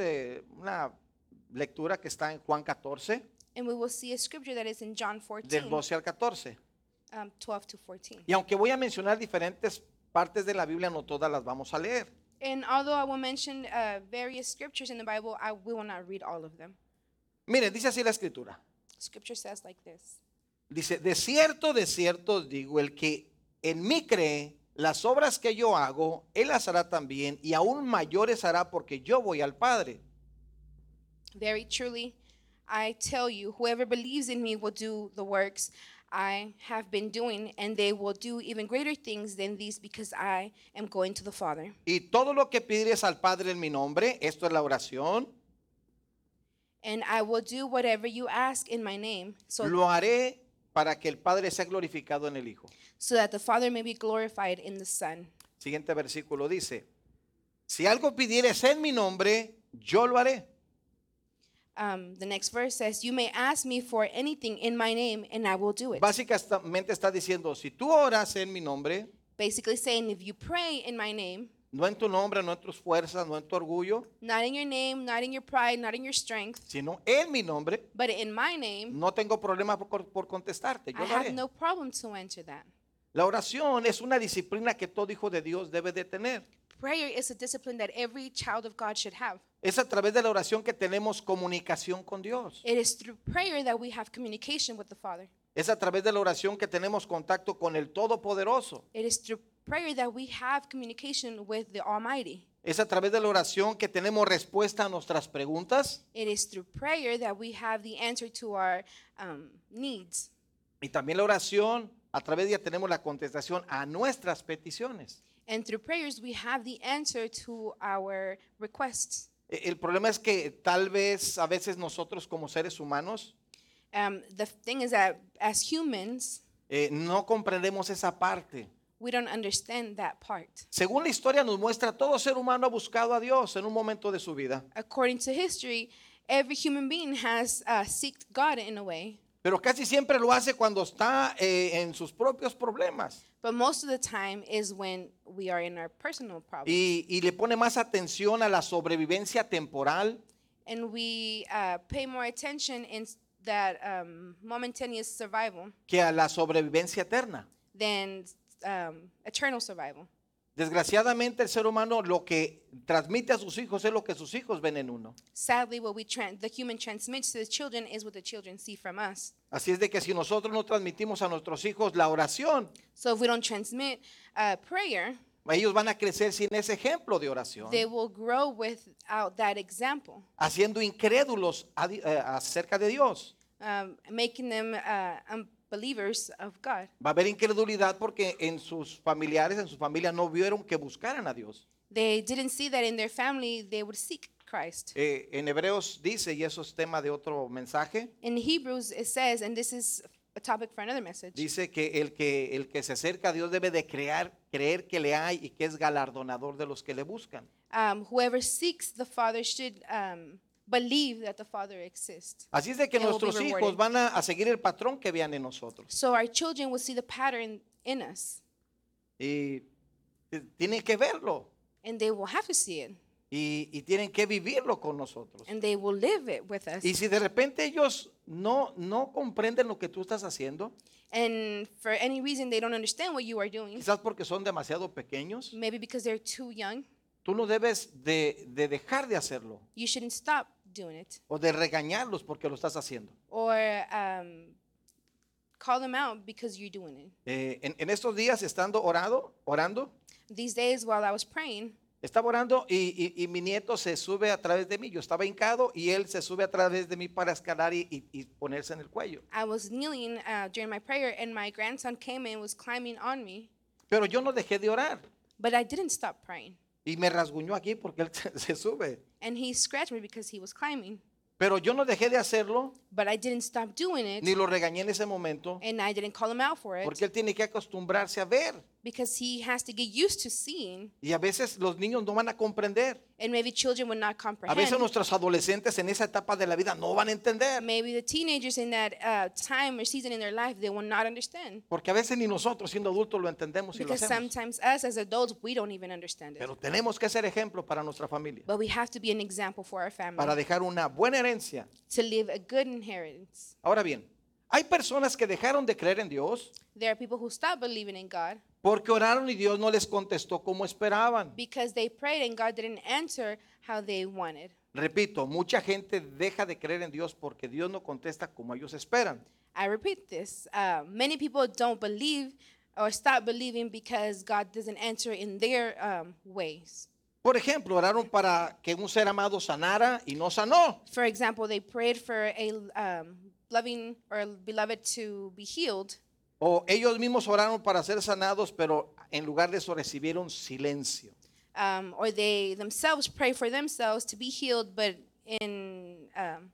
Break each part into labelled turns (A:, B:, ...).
A: eh, una lectura que está en Juan 14,
B: And we will see a scripture that is in John 14,
A: del 12 al 14.
B: um, 12 to 14.
A: Y aunque voy a mencionar diferentes partes de la Biblia, no todas las vamos a leer.
B: And although I will mention uh, various scriptures in the Bible, I will not read all of them.
A: Mire, dice así la escritura.
B: Scripture says like this
A: Dice, de cierto, de cierto os digo, el que en mí cree, las obras que yo hago, él las hará también y aún mayores hará porque yo voy al Padre.
B: Very truly, I tell you, whoever believes in me will do the works I have been doing, and they will do even greater things than these because I am going to the Father.
A: Y todo lo que pidieres al Padre en mi nombre, esto es la oración,
B: And I will do whatever you ask in my name, so,
A: lo haré para que el Padre sea glorificado en el Hijo.
B: so that the Father may be glorified in the Son.
A: Siguiente versículo dice, si algo pidieres en mi nombre, yo lo haré.
B: Um, the next verse says, You may ask me for anything in my name, and I will do it.
A: Básicamente está diciendo, si tú oras en mi nombre,
B: Basically saying, if you pray in my name,
A: no en tu nombre, no en tus fuerzas, no en tu orgullo,
B: not in your name, not in your pride, not in your strength,
A: sino en mi nombre,
B: but in my name,
A: no tengo problema por, por contestarte.
B: I
A: Yo lo haré.
B: have no problem to answer that.
A: La oración es una disciplina que todo hijo de Dios debe de tener.
B: Prayer is a discipline that every child of God should have.
A: Es a través de la oración que tenemos comunicación con Dios.
B: It is through prayer that we have communication with the Father.
A: Es a través de la oración que tenemos contacto con el Todopoderoso.
B: It is through prayer that we have communication with the Almighty.
A: Es a través de la oración que tenemos respuesta a nuestras preguntas
B: It is through prayer that we have the answer to our um, needs.
A: y también la oración a través de ella tenemos la contestación a nuestras peticiones.
B: And through prayers, we have the answer to our requests.
A: E- El problema es que tal vez a veces nosotros como seres humanos
B: Um, the thing is that as humans,
A: eh, no comprendemos esa parte.
B: we don't understand that part.
A: Según la historia nos muestra, todo ser humano ha buscado a Dios en un momento de su vida.
B: According to history, every human being has uh, seeked God in a way,
A: Pero casi siempre lo hace cuando está eh, en sus propios problemas
B: but most of the time is when we are in our personal problems
A: y, y le pone más atención a la sobrevivencia temporal
B: and we uh, pay more attention in s- that um, momentaneous survival
A: que a la sobrevivencia eterna.
B: than um, eternal survival.
A: Desgraciadamente el ser humano lo que transmite a sus hijos es lo que sus hijos ven en uno.
B: Sadly, what we tran the human transmits to the children is what the children see from us.
A: Así es de que si nosotros no transmitimos a nuestros hijos la oración,
B: So if we don't transmit uh, prayer,
A: ellos van a crecer sin ese ejemplo de oración,
B: they will grow without that example,
A: haciendo incrédulos a di- eh, acerca de Dios.
B: um, making them uh, unbelievers of God.
A: Va a haber incredulidad porque en sus familiares, en su familia, no vieron que buscaran a Dios.
B: They didn't see that in their family they would seek Christ.
A: Eh, en Hebreos dice, y eso es tema de otro mensaje,
B: In Hebrews, it says, and this is a topic for another message.
A: dice que el que, el que se acerca a Dios debe de crear, creer que le hay y que es galardonador de los que le buscan.
B: Um, whoever seeks the Father should um, believe that the Father exists.
A: Así es de que
B: They will be
A: nuestros hijos
B: rewarded.
A: van a, a seguir el patrón que vean en nosotros.
B: So our children will see the pattern in us,
A: Y eh, tienen que verlo
B: and they will have to see it,
A: y, y tienen que vivirlo con nosotros.
B: and they will live it with us.
A: Y si de repente ellos no, no comprenden lo que tú estás haciendo,
B: And for any reason, they don't understand what you are doing.
A: quizás porque son demasiado pequeños,
B: Maybe because they're too young,
A: tú no debes de, de dejar de hacerlo
B: you shouldn't stop doing it
A: o de regañarlos porque lo estás haciendo.
B: or um, call them out because you're doing it.
A: Eh, en, en estos días estando orado, orando,
B: These days, while I was praying,
A: estaba orando y, y- y mi nieto se sube a través de mí. Yo estaba hincado y él se sube a través de mí para escalar y, y- y ponerse en el cuello.
B: I was kneeling uh, during my prayer, and my grandson came and was climbing on me,
A: Pero yo no dejé de orar
B: but I didn't stop praying.
A: y me rasguñó aquí porque él se, se sube.
B: And he scratched me because he was climbing,
A: Pero yo no dejé de hacerlo
B: but I didn't stop doing it,
A: ni lo regañé en ese momento
B: and I didn't call him out for it
A: porque él tiene que acostumbrarse a ver
B: because he has to get used to seeing,
A: Y a veces los niños no van a comprender.
B: and maybe children would not
A: A veces
B: comprehend.
A: nuestros adolescentes en esa etapa de la vida no van a entender.
B: Maybe the teenagers in that uh, time or season in their life, they will not understand.
A: Porque a veces ni nosotros siendo adultos lo entendemos y lo
B: Because
A: hacemos.
B: sometimes us as adults, we don't even understand it.
A: Pero tenemos que ser ejemplo para nuestra familia.
B: But we have to be an example for our family
A: Para dejar una buena herencia.
B: to leave a good inheritance.
A: Ahora bien, hay personas que dejaron de creer en Dios
B: There are people who stop believing in God
A: porque oraron y Dios no les contestó como esperaban.
B: because they prayed and God didn't answer how they wanted.
A: Repito, mucha gente deja de creer en Dios porque Dios no contesta como ellos esperan.
B: I repeat this. Uh, many people don't believe or stop believing because God doesn't answer in their um, ways.
A: Por ejemplo, oraron para que un ser amado sanara y no sanó.
B: For example, they prayed for a um, loving or beloved to be healed,
A: O ellos mismos oraron para ser sanados, pero en lugar de eso recibieron silencio.
B: um, or they themselves pray for themselves to be healed, but in um,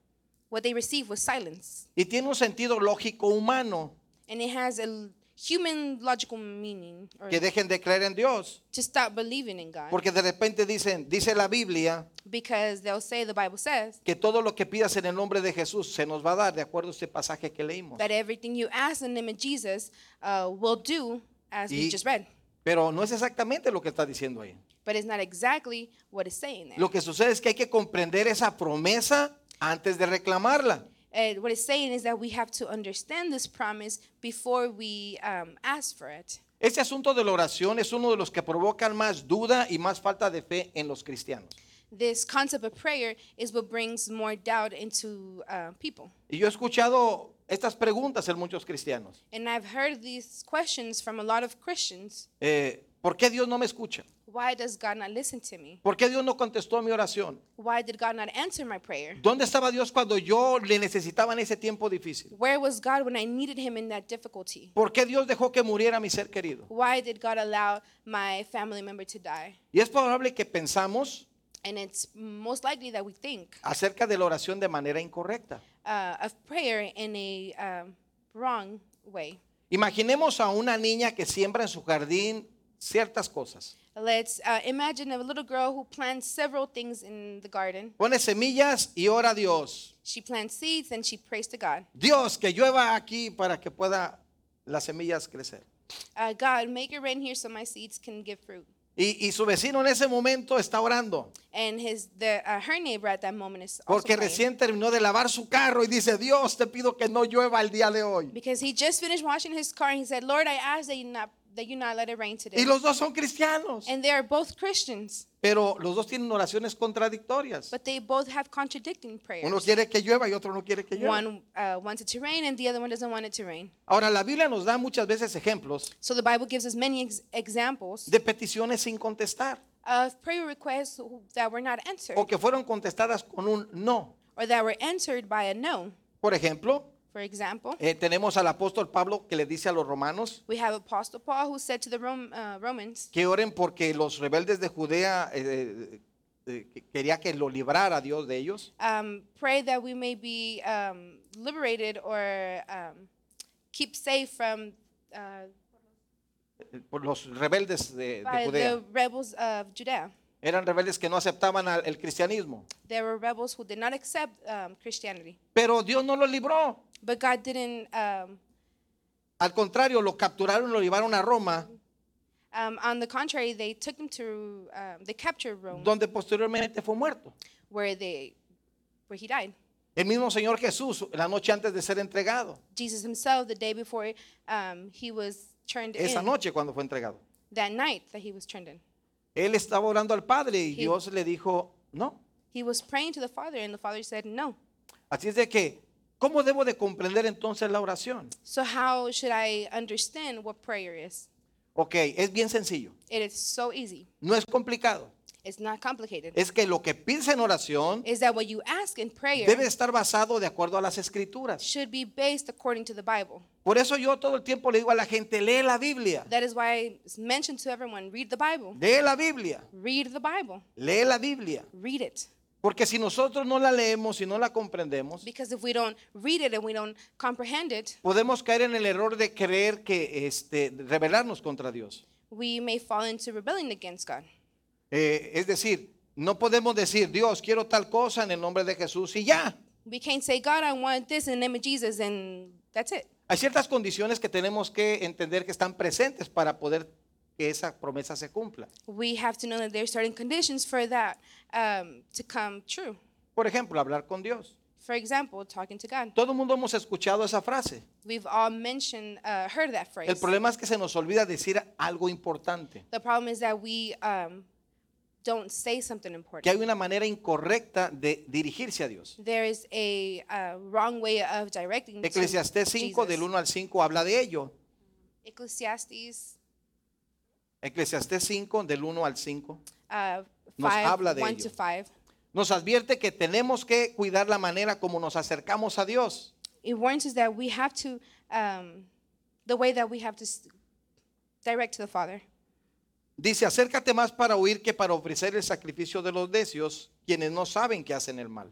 B: what they receive was silence.
A: Y tiene un sentido lógico humano
B: And it has a l- human logical meaning or
A: que dejen de creer en Dios.
B: to stop believing in God
A: Porque de repente dicen, dice la Biblia,
B: because they'll say, the Bible says,
A: que todo lo que pidas en el nombre de Jesús se nos va a dar, de acuerdo a este pasaje que leímos.
B: that everything you ask in the name of Jesus uh, will do, as
A: Y-
B: we just read.
A: Pero no es exactamente lo que está diciendo ahí.
B: But it's not exactly what it's saying there.
A: Lo que sucede es que hay que comprender esa promesa antes de reclamarla.
B: And Uh, what it's saying is that we have to understand this promise before we um, ask for it.
A: Este asunto de la oración es uno de los que provocan más duda y más falta de fe en los cristianos.
B: This concept of prayer is what brings more doubt into uh, people.
A: Y yo he escuchado estas preguntas en muchos cristianos.
B: And I've heard these questions from a lot of Christians.
A: Eh, ¿Por qué Dios no me escucha?
B: Why does God not listen to me?
A: ¿Por qué Dios no contestó a mi oración?
B: Why did God not answer my prayer?
A: ¿Dónde estaba Dios cuando yo le necesitaba en ese tiempo difícil?
B: Where was God when I needed him in that difficulty?
A: ¿Por qué Dios dejó que muriera mi ser querido?
B: Why did God allow my family member to die?
A: Y es probable que pensamos
B: And it's most likely that we think
A: acerca de la oración de manera incorrecta.
B: uh, of prayer in a um, wrong way.
A: Imaginemos a una niña que siembra en su jardín ciertas cosas.
B: Let's uh, imagine a little girl who plants several things in the garden.
A: Pone semillas y ora a Dios.
B: She plants seeds and she prays to God.
A: Dios, que llueva aquí para que pueda las semillas crecer.
B: Uh, God, make it rain here so my seeds can give fruit.
A: Y, y su vecino en ese momento está orando
B: And his, the, uh, her neighbor at that moment is also
A: porque
B: praying.
A: recién terminó de lavar su carro y dice, Dios, te pido que no llueva el día de hoy.
B: Because he just finished washing his car and he said, Lord, I ask that you not that you not let it rain today.
A: Y los dos son cristianos,
B: and they are both Christians,
A: pero los dos tienen oraciones contradictorias.
B: but they both have contradicting prayers.
A: Uno quiere que llueva y otro no quiere que llueva.
B: One uh, wants it to rain and the other one doesn't want it to rain.
A: Ahora, la Biblia nos da muchas veces ejemplos
B: So the Bible gives us many ex- examples
A: de peticiones sin contestar
B: of prayer requests that were not answered
A: o que fueron contestadas con un no.
B: or that were answered by a no.
A: Por ejemplo,
B: For example,
A: eh, tenemos al apóstol Pablo que le dice a los romanos
B: we have Apostle Paul who said to the Rom- uh, Romans
A: que oren porque los rebeldes de Judea eh, eh, eh, quería que lo librara Dios de ellos.
B: um, pray that we may be um, liberated or um, keep safe from uh,
A: eh, Por los rebeldes de, de
B: by
A: Judea.
B: the rebels of Judea.
A: Eran rebeldes que no aceptaban al- el cristianismo.
B: There were rebels who did not accept um, Christianity,
A: Pero Dios no los libró.
B: but God didn't. Um,
A: Al contrario, lo capturaron, lo llevaron a Roma,
B: um, on the contrary, they took them to. Um, they captured Rome,
A: donde posteriormente fue muerto.
B: where they, where he died.
A: El mismo Señor Jesús, la noche antes de ser entregado,
B: Jesus himself, the day before um, he was turned
A: esa
B: in,
A: noche cuando fue entregado.
B: that night that he was turned in,
A: Él estaba orando al Padre y
B: Sí.
A: Dios le dijo, no.
B: he was praying to the Father, and the Father said no.
A: Así es de que, ¿cómo debo de comprender entonces la oración?
B: So how should I understand what prayer is?
A: Ok, es bien sencillo,
B: It is so easy.
A: no es complicado.
B: It's not complicated.
A: Es que lo que piensa en oración
B: Is that what you ask in prayer
A: debe estar basado de acuerdo a las escrituras.
B: should be based according to the Bible?
A: Por eso yo todo el tiempo le digo a la gente, lee la Biblia,
B: That is why it's mentioned to everyone read the Bible.
A: lee la Biblia,
B: Read the Bible.
A: lee la Biblia.
B: Read it.
A: Porque si nosotros no la leemos y no la comprendemos,
B: Because if we don't read it and we don't comprehend it,
A: podemos caer en el error de creer que este, rebelarnos contra Dios.
B: we may fall into rebelling against God.
A: Eh, es decir, no podemos decir, Dios, quiero tal cosa en el nombre de Jesús y ya.
B: We can't say, God, I want this in the name of Jesus, and that's it.
A: Hay ciertas condiciones que tenemos que entender que están presentes para poder que esa promesa se cumpla.
B: We have to know that there's certain conditions for that um, to come true.
A: Por ejemplo, hablar con Dios.
B: For example, talking to God.
A: Todo el mundo hemos escuchado esa frase.
B: We've all mentioned, uh, heard that phrase.
A: El problema es que se nos olvida decir algo importante,
B: The problem is that we um, don't say something
A: que hay
B: important.
A: una manera incorrecta de dirigirse a Dios.
B: There is a uh, wrong way of directing. to
A: Eclesiastés 5
B: Jesus.
A: del 1 al 5 habla de ello.
B: Ecclesiastes
A: Eclesiastés 5 del 1 al 5
B: uh,
A: Nos
B: 5,
A: habla de
B: 1
A: ello.
B: to 5.
A: nos advierte que tenemos que cuidar la manera como nos acercamos a Dios.
B: It warns us that we have to, um, the way that we have to s- direct to the Father.
A: Dice, acércate más para oír que para ofrecer el sacrificio de los necios, quienes no saben que hacen el mal.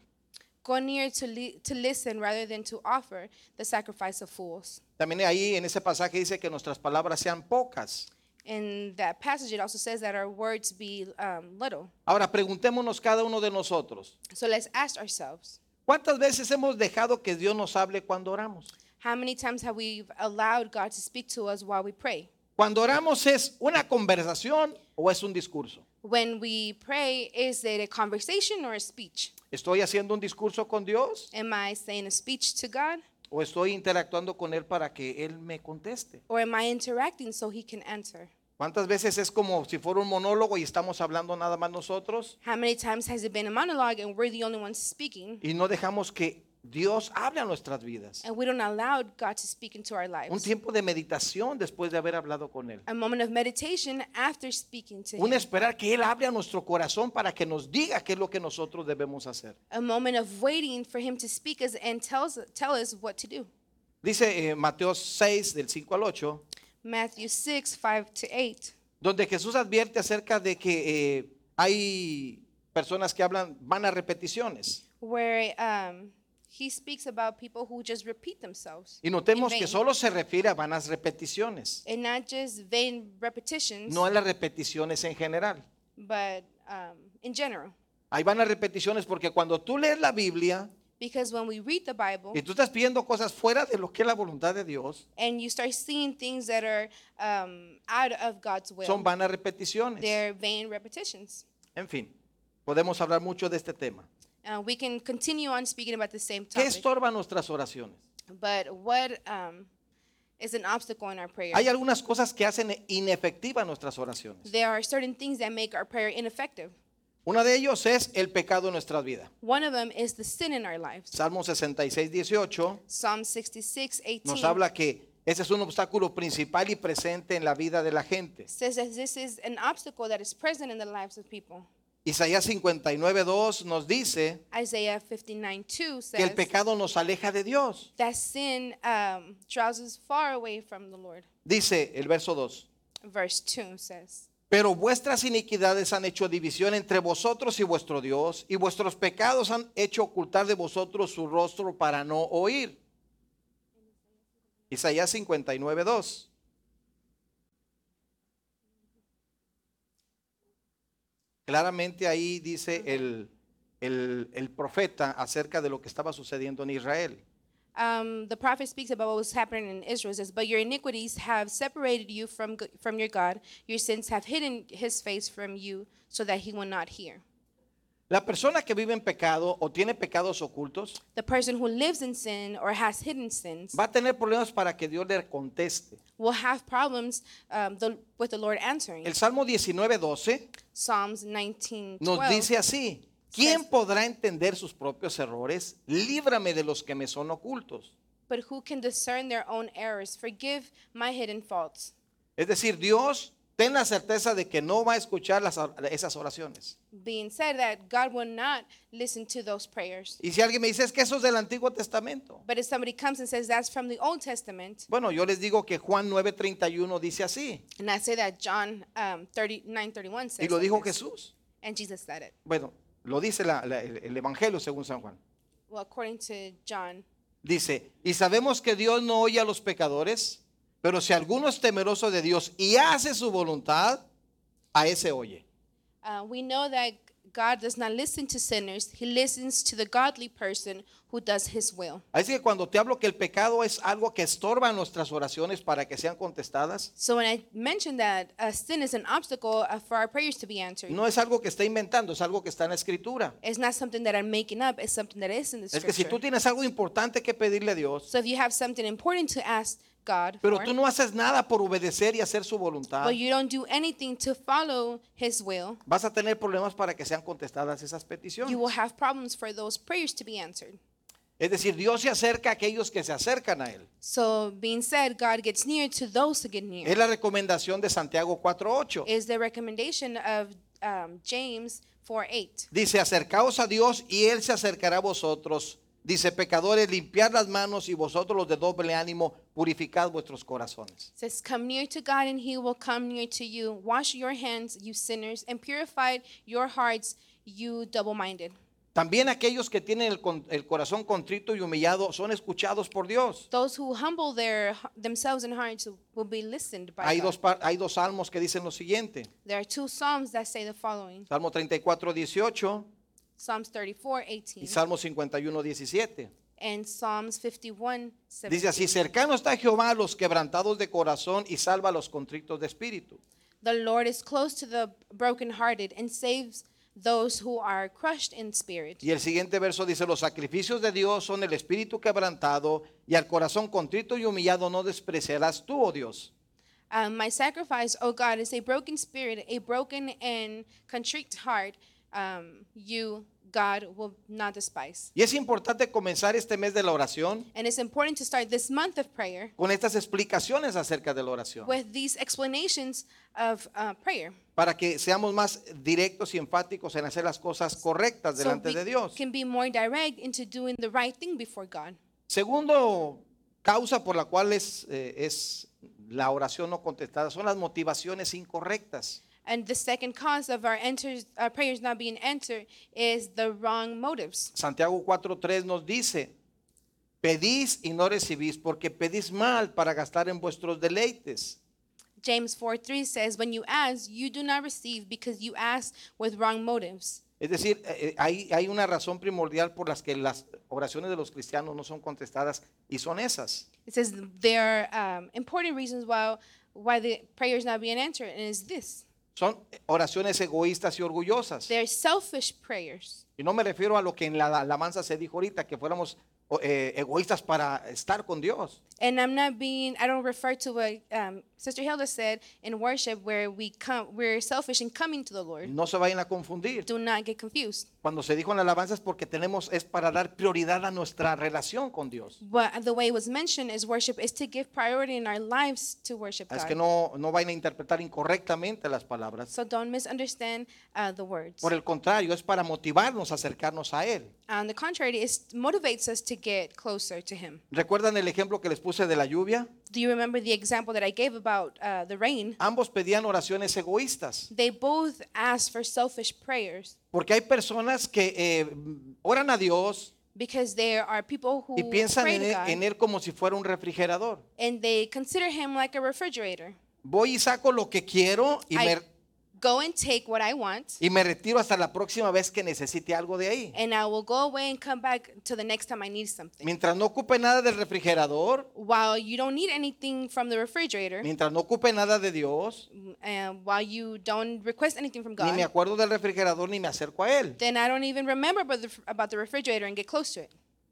B: Go near to, li- to listen rather than to offer the sacrifice of fools.
A: También ahí en ese pasaje dice que nuestras palabras sean pocas.
B: In that passage, it also says that our words be um, little.
A: Ahora preguntémonos cada uno de nosotros,
B: So let's ask ourselves
A: ¿cuántas veces hemos dejado que Dios nos hable cuando oramos?
B: how many times have we allowed God to speak to us while we pray?
A: Cuando oramos es una conversación o es un discurso.
B: When we pray, is it a conversation or a speech?
A: ¿Estoy haciendo un discurso con Dios
B: Am I saying a speech to God
A: o estoy interactuando con Él para que Él me conteste?
B: or am I interacting so He can answer?
A: ¿Cuántas veces es como si fuera un monólogo y estamos hablando nada más nosotros
B: How many times has it been a monologue and we're the only ones speaking
A: y no dejamos que Dios hable a nuestras vidas?
B: and we don't allow God to speak into our
A: Un
B: lives?
A: tiempo de meditación después de haber hablado con Él.
B: A moment of meditation after speaking to
A: Un
B: Him.
A: esperar que Él hable a nuestro corazón para que nos diga qué es lo que nosotros debemos hacer.
B: A moment of waiting for Him to speak us and tells, tell us what to do.
A: Dice eh, Mateo 6, del 5 al 8,
B: Matthew 6, 5 to 8.
A: donde Jesús advierte acerca de que eh, hay personas que hablan, van a repeticiones.
B: where um, he speaks about people who just repeat themselves.
A: Y
B: in
A: notemos
B: vain.
A: que solo se refiere a vanas repeticiones,
B: And not just vain repetitions,
A: no a las repeticiones en general.
B: but um, in general.
A: Hay vanas repeticiones porque cuando tú lees la Biblia
B: Because when we read the Bible
A: y tú estás pidiendo cosas fuera de lo que es la voluntad de Dios,
B: and you start seeing things that are um, out of God's will,
A: son vanas repeticiones.
B: they're vain repetitions.
A: En fin, podemos hablar mucho de este tema.
B: Uh, we can continue on speaking about the same
A: ¿Qué
B: topic,
A: estorba nuestras oraciones?
B: but what um, is an obstacle in our prayer?
A: Hay algunas cosas que hacen inefectivas nuestras oraciones.
B: There are certain things that make our prayer ineffective.
A: Una de ellos es el pecado en nuestras vidas.
B: One of them is the sin in our lives.
A: Salmo 66, 18
B: Psalm 66, 18.
A: nos habla que ese es un obstáculo principal y presente en la vida de la gente.
B: says that this is an obstacle that is present in the lives of people.
A: Isaías 59, 2 nos dice
B: Isaiah 59 2
A: que el
B: says
A: pecado nos aleja de Dios.
B: that sin um, draws us far away from the Lord.
A: Dice el verso 2.
B: Verse 2 says,
A: Pero vuestras iniquidades han hecho división entre vosotros y vuestro Dios, y vuestros pecados han hecho ocultar de vosotros su rostro para no oír. Isaías 59, 2. Claramente ahí dice el, el- el profeta acerca de lo que estaba sucediendo en Israel.
B: um, The prophet speaks about what was happening in Israel. It says, But your iniquities have separated you from, g- from your God, your sins have hidden his face from you so that he will not hear.
A: La persona que vive en pecado o tiene pecados ocultos
B: The person who lives in sin or has hidden sins
A: va a tener problemas para que Dios le conteste.
B: will have problems um, the, with the Lord answering.
A: El Salmo 19:12
B: Psalms 19
A: nos
B: 12
A: dice así: ¿Quién podrá entender sus propios errores? Líbrame de los que me son ocultos.
B: But who can discern their own errors? Forgive my hidden faults.
A: Es decir, Dios ten la certeza de que no va a escuchar las or- esas oraciones.
B: Being said that God will not listen to those prayers.
A: Y si alguien me dice es que eso es del Antiguo Testamento,
B: But if somebody comes and says that's from the Old Testament,
A: bueno, yo les digo que Juan 9:31 dice así
B: and I say that John um, 30, 31 says,
A: y lo
B: like
A: dijo
B: this,
A: Jesús.
B: and Jesus said it.
A: Bueno, lo dice la- la- el- el Evangelio según San Juan.
B: Well, according to John,
A: Dice, y sabemos que Dios no oye a los pecadores, Pero si alguno es temeroso de Dios y hace su voluntad, a ese oye.
B: Uh, we know that God does not listen to sinners, He listens to the godly person who does His will.
A: Así que cuando te hablo que el pecado es algo que estorba nuestras oraciones para que sean contestadas,
B: So when I mentioned that uh, sin is an obstacle uh, for our prayers to be answered,
A: no es algo que está inventando, es algo que está en la escritura.
B: it's not something that I'm making up, it's something that is in the
A: Es que si
B: scripture.
A: tú tienes algo importante que pedirle a Dios,
B: so if you have something important to ask God,
A: pero
B: for,
A: tú no haces nada por obedecer y hacer su voluntad,
B: but you don't do anything to follow His will,
A: vas a tener problemas para que sean contestadas esas
B: you
A: peticiones.
B: will have problems for those prayers to be answered.
A: Es decir, Dios se acerca a aquellos que se acercan a Él.
B: So, being said, God gets near to those who get near.
A: Es la recomendación de Santiago 4.8.
B: is the recommendation of um, James 4:8.
A: Dice, acercaos a Dios y Él se acercará a vosotros. Dice, pecadores, limpiad las manos y vosotros los de doble ánimo, purificad vuestros corazones.
B: It says, "Come near to God, and He will come near to you. Wash your hands, you sinners, and purify your hearts, you double-minded."
A: También aquellos que tienen el, con- el corazón contrito y humillado son escuchados por Dios.
B: Those who humble their themselves and hearts will be listened by
A: Hay
B: God.
A: dos, par- hay dos salmos que dicen lo siguiente.
B: There are two psalms that say the following:
A: Salmo 34, 18
B: Psalms 34:18
A: y Salmo 51, 17.
B: and Psalms 51:17.
A: Dice así, cercano está Jehová a los quebrantados de corazón y salva a los contritos de espíritu.
B: The Lord is close to the brokenhearted and saves those who are crushed in spirit.
A: Y el siguiente verso dice, los sacrificios de Dios son el espíritu quebrantado y al corazón contrito y humillado no despreciarás tú, oh Dios.
B: Um, my sacrifice, O God, is a broken spirit, a broken and contrite heart. Um, you, God, will not despise.
A: Y es importante comenzar este mes de la oración
B: And it's important to start this month of prayer
A: con estas explicaciones acerca de la oración,
B: with these explanations of uh, prayer.
A: para que seamos más directos y enfáticos en hacer las cosas correctas delante
B: we
A: de Dios.
B: can be more direct into doing the right thing before God.
A: Segundo causa por la cual es, eh, es la oración no contestada son las motivaciones incorrectas.
B: And the second cause of our, enters, our prayers not being answered is the wrong motives.
A: Santiago 4.3 nos dice, pedís y no recibís porque pedís mal para gastar en vuestros deleites.
B: James 4 3 says, When you ask, you do not receive because you ask with wrong motives.
A: Es decir, eh, eh, hay, hay una razón primordial por las que las oraciones de los cristianos no son contestadas y son esas.
B: It says there are um, important reasons why why the prayer is not being answered, and it's this:
A: Son oraciones egoístas y orgullosas.
B: they're selfish prayers.
A: Y no me refiero a lo que en la la alabanza se dijo ahorita, que fuéramos oh, eh, egoístas para estar con Dios.
B: And I'm not being I don't refer to what um, Sister Hilda said in worship, where we come we're selfish in coming to the Lord.
A: No se vayan a confundir.
B: Do not get confused.
A: Cuando se dijo en la alabanza es porque tenemos, es para dar prioridad a nuestra relación con Dios.
B: But the way it was mentioned is worship is to give priority in our lives to worship
A: Es que no,
B: God.
A: no vayan a interpretar incorrectamente las palabras.
B: So don't misunderstand uh, the words.
A: Por el contrario, es para motivarnos a acercarnos a Él.
B: On the contrary, it motivates us to get closer to Him.
A: ¿Recuerdan el ejemplo que les puse de la lluvia?
B: Do you remember the example that I gave about uh, the rain?
A: Ambos pedían oraciones egoístas,
B: They both ask for selfish prayers
A: porque hay personas que eh, oran a Dios
B: because there are people who
A: y piensan
B: Uh, pray
A: en
B: to
A: él,
B: God
A: en e- Él como si fuera un refrigerador.
B: and they consider Him like a refrigerator.
A: Voy y saco lo que quiero y,
B: I
A: me,
B: go and take what I want,
A: y me retiro hasta la próxima vez que necesite algo de ahí.
B: and I will go away and come back till the next time I need something.
A: Mientras no ocupe nada del refrigerador,
B: While you don't need anything from the refrigerator,
A: mientras no ocupe nada de Dios,
B: and while you don't request anything from
A: ni me
B: God,
A: acuerdo del refrigerador ni me acerco a Él.
B: then I don't even remember about the, about the refrigerator and get close to it.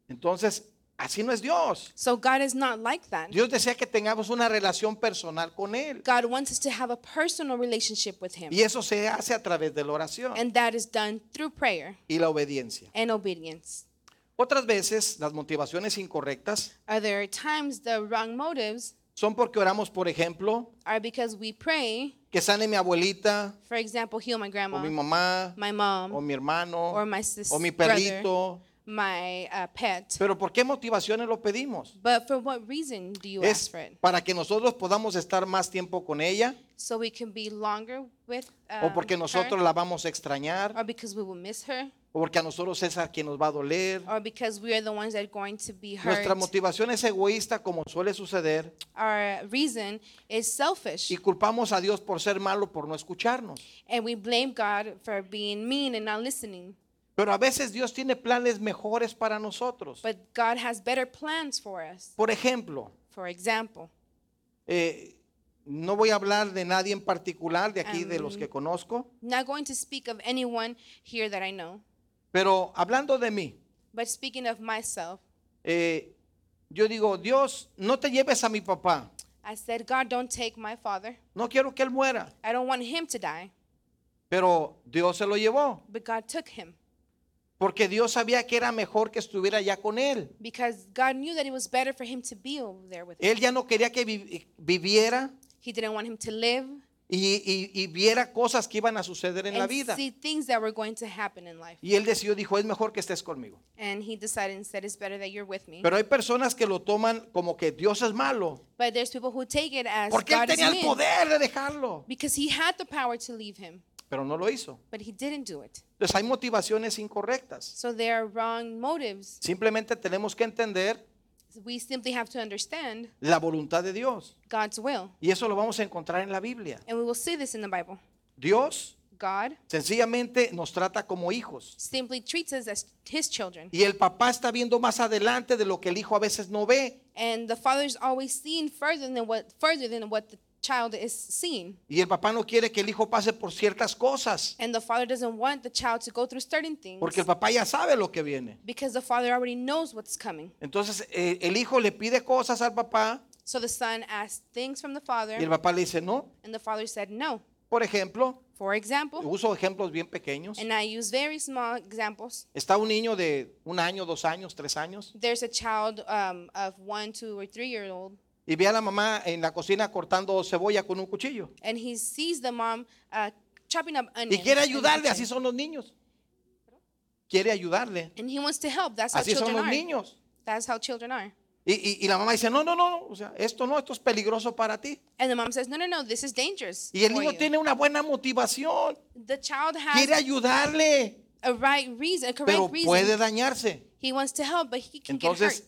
A: Entonces, así no es Dios.
B: So God is not like that.
A: Dios desea que tengamos una relación personal con Él.
B: God wants us to have a personal relationship with Him,
A: Y eso se hace a través de la oración
B: and that is done through prayer
A: y la obediencia.
B: and obedience.
A: Otras veces, las motivaciones incorrectas
B: Are there times the wrong motives
A: son porque oramos, por ejemplo,
B: are because we pray,
A: que sane mi abuelita
B: for example, heal my
A: o mi
B: grandma,
A: mamá
B: my
A: o
B: mom,
A: mi hermano
B: or my sis,
A: o mi
B: brother,
A: perrito.
B: my uh, pet.
A: Pero ¿por qué motivaciones lo pedimos?
B: But for what reason do you
A: Es
B: ask for it?
A: para que nosotros podamos estar más tiempo con ella
B: So we can be longer with
A: o porque
B: um,
A: nosotros
B: her,
A: la vamos a extrañar
B: or because we will miss her,
A: o porque a nosotros es a quien nos va a doler.
B: or because we are the ones that are going to be hurt.
A: Nuestra motivación es egoísta como suele suceder
B: Our reason is selfish,
A: y culpamos a Dios por ser malo, por no escucharnos.
B: and we blame God for being mean and not listening.
A: Pero a veces Dios tiene planes mejores para nosotros.
B: But God has better plans for us.
A: Por ejemplo,
B: For example,
A: eh, no voy a hablar de nadie en particular, de aquí de los que conozco,
B: not going to speak of anyone here that I know,
A: pero hablando de mí,
B: but speaking of myself,
A: eh, yo digo, Dios, no te lleves a mi papá,
B: I said, God, don't take my father.
A: no quiero que él muera,
B: I don't want him to die.
A: pero Dios se lo llevó,
B: But God took him
A: porque Dios sabía que era mejor que estuviera ya con él.
B: because God knew that it was better for him to be over there with him.
A: Él ya no quería que vi- eh, viviera
B: He didn't want him to live
A: y, y- y viera cosas que iban a suceder en la
B: and
A: vida.
B: see things that were going to happen in life.
A: Y él decidió, dijo, es mejor que estés conmigo.
B: And he decided and said, it's better that you're with me.
A: Pero hay personas que lo toman como que Dios es malo,
B: But there's people who take it as
A: porque él
B: God is
A: tenía el
B: mean
A: poder de dejarlo,
B: because he had the power to leave him,
A: pero no lo hizo.
B: but he didn't do it.
A: Entonces hay motivaciones incorrectas.
B: So there are wrong motives.
A: Simplemente tenemos que entender
B: We simply have to understand
A: la voluntad de Dios.
B: God's will.
A: Y eso lo vamos a encontrar en la Biblia.
B: And we will see this in the Bible.
A: Dios
B: God
A: sencillamente nos trata como hijos.
B: simply treats us as his children.
A: Y el papá está viendo más adelante de lo que el hijo a veces no ve.
B: And the father is always seeing further than what further than what the child is seeing.
A: Y el papá no quiere que el hijo pase por ciertas cosas,
B: And the father doesn't want the child to go through certain things
A: porque el papá ya sabe lo que viene.
B: because the father already knows what's coming.
A: Entonces eh, el hijo le pide cosas al papá
B: So the son asked things from the father,
A: y el papá le dice no.
B: and the father said no.
A: Por ejemplo,
B: For example,
A: uso ejemplos bien pequeños.
B: and I use very small examples.
A: Está un niño de un año, dos años, tres años
B: There's a child um, of one, two, or three year old,
A: y ve a la mamá en la cocina cortando cebolla con un cuchillo
B: and he sees the mom uh, chopping up onions.
A: y quiere
B: in the
A: ayudarle.
B: kitchen.
A: Así son los niños. Quiere ayudarle.
B: And he wants to help. That's how
A: Así son
B: children
A: los
B: are.
A: niños.
B: That's how children are.
A: Y, y- y la mamá dice, no, no, no, no, o sea, esto no, esto es peligroso para ti.
B: And the mom says, No, no, no, this is dangerous.
A: Y el
B: for
A: niño
B: you."
A: tiene una buena motivación,
B: the child has
A: quiere ayudarle,
B: a right reason, a correct
A: pero
B: reason.
A: puede dañarse.
B: He wants to help, but he can get hurt.
A: Entonces,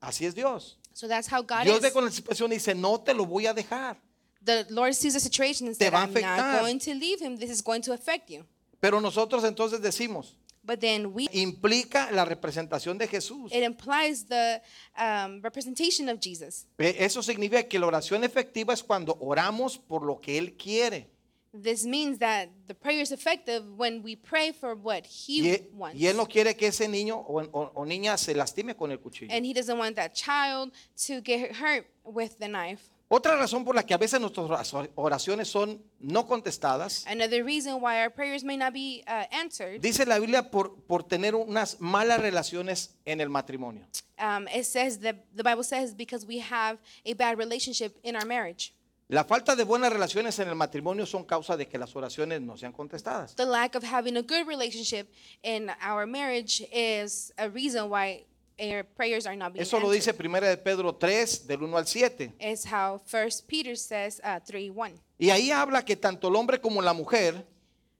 A: así es Dios.
B: So that's how God
A: Dios ve
B: is.
A: con la situación y dice, no te lo voy a dejar.
B: The Lord sees the situation and
A: Te
B: said,
A: va a
B: I'm not
A: afectar.
B: going to leave him. This is going to affect you.
A: Pero nosotros entonces decimos,
B: But then we,
A: implica la representación de Jesús.
B: it implies the um, representation of Jesus.
A: Eh, Eso significa que la oración efectiva es cuando oramos por lo que Él quiere.
B: This means that the prayer is effective when we pray for what
A: Y
B: he
A: e-
B: wants.
A: y Él no quiere que ese niño o, o- o niña se lastime con el cuchillo.
B: and he doesn't want that child to get hurt with the knife.
A: Otra razón por la que a veces nuestras orazo- oraciones son no contestadas,
B: Another reason why our prayers may not be uh, answered,
A: dice la Biblia por, por tener unas malas relaciones en el matrimonio.
B: um, it says that the Bible says because we have a bad relationship in our marriage.
A: La falta de buenas relaciones en el matrimonio son causa de que las oraciones no sean contestadas.
B: The lack of having a good relationship in our marriage is a reason why our prayers are not being
A: Eso lo dice
B: answered.
A: 1 de Pedro 3, del 1 al 7.
B: It's how First Peter says uh, three one,
A: Y ahí habla que tanto el hombre como la mujer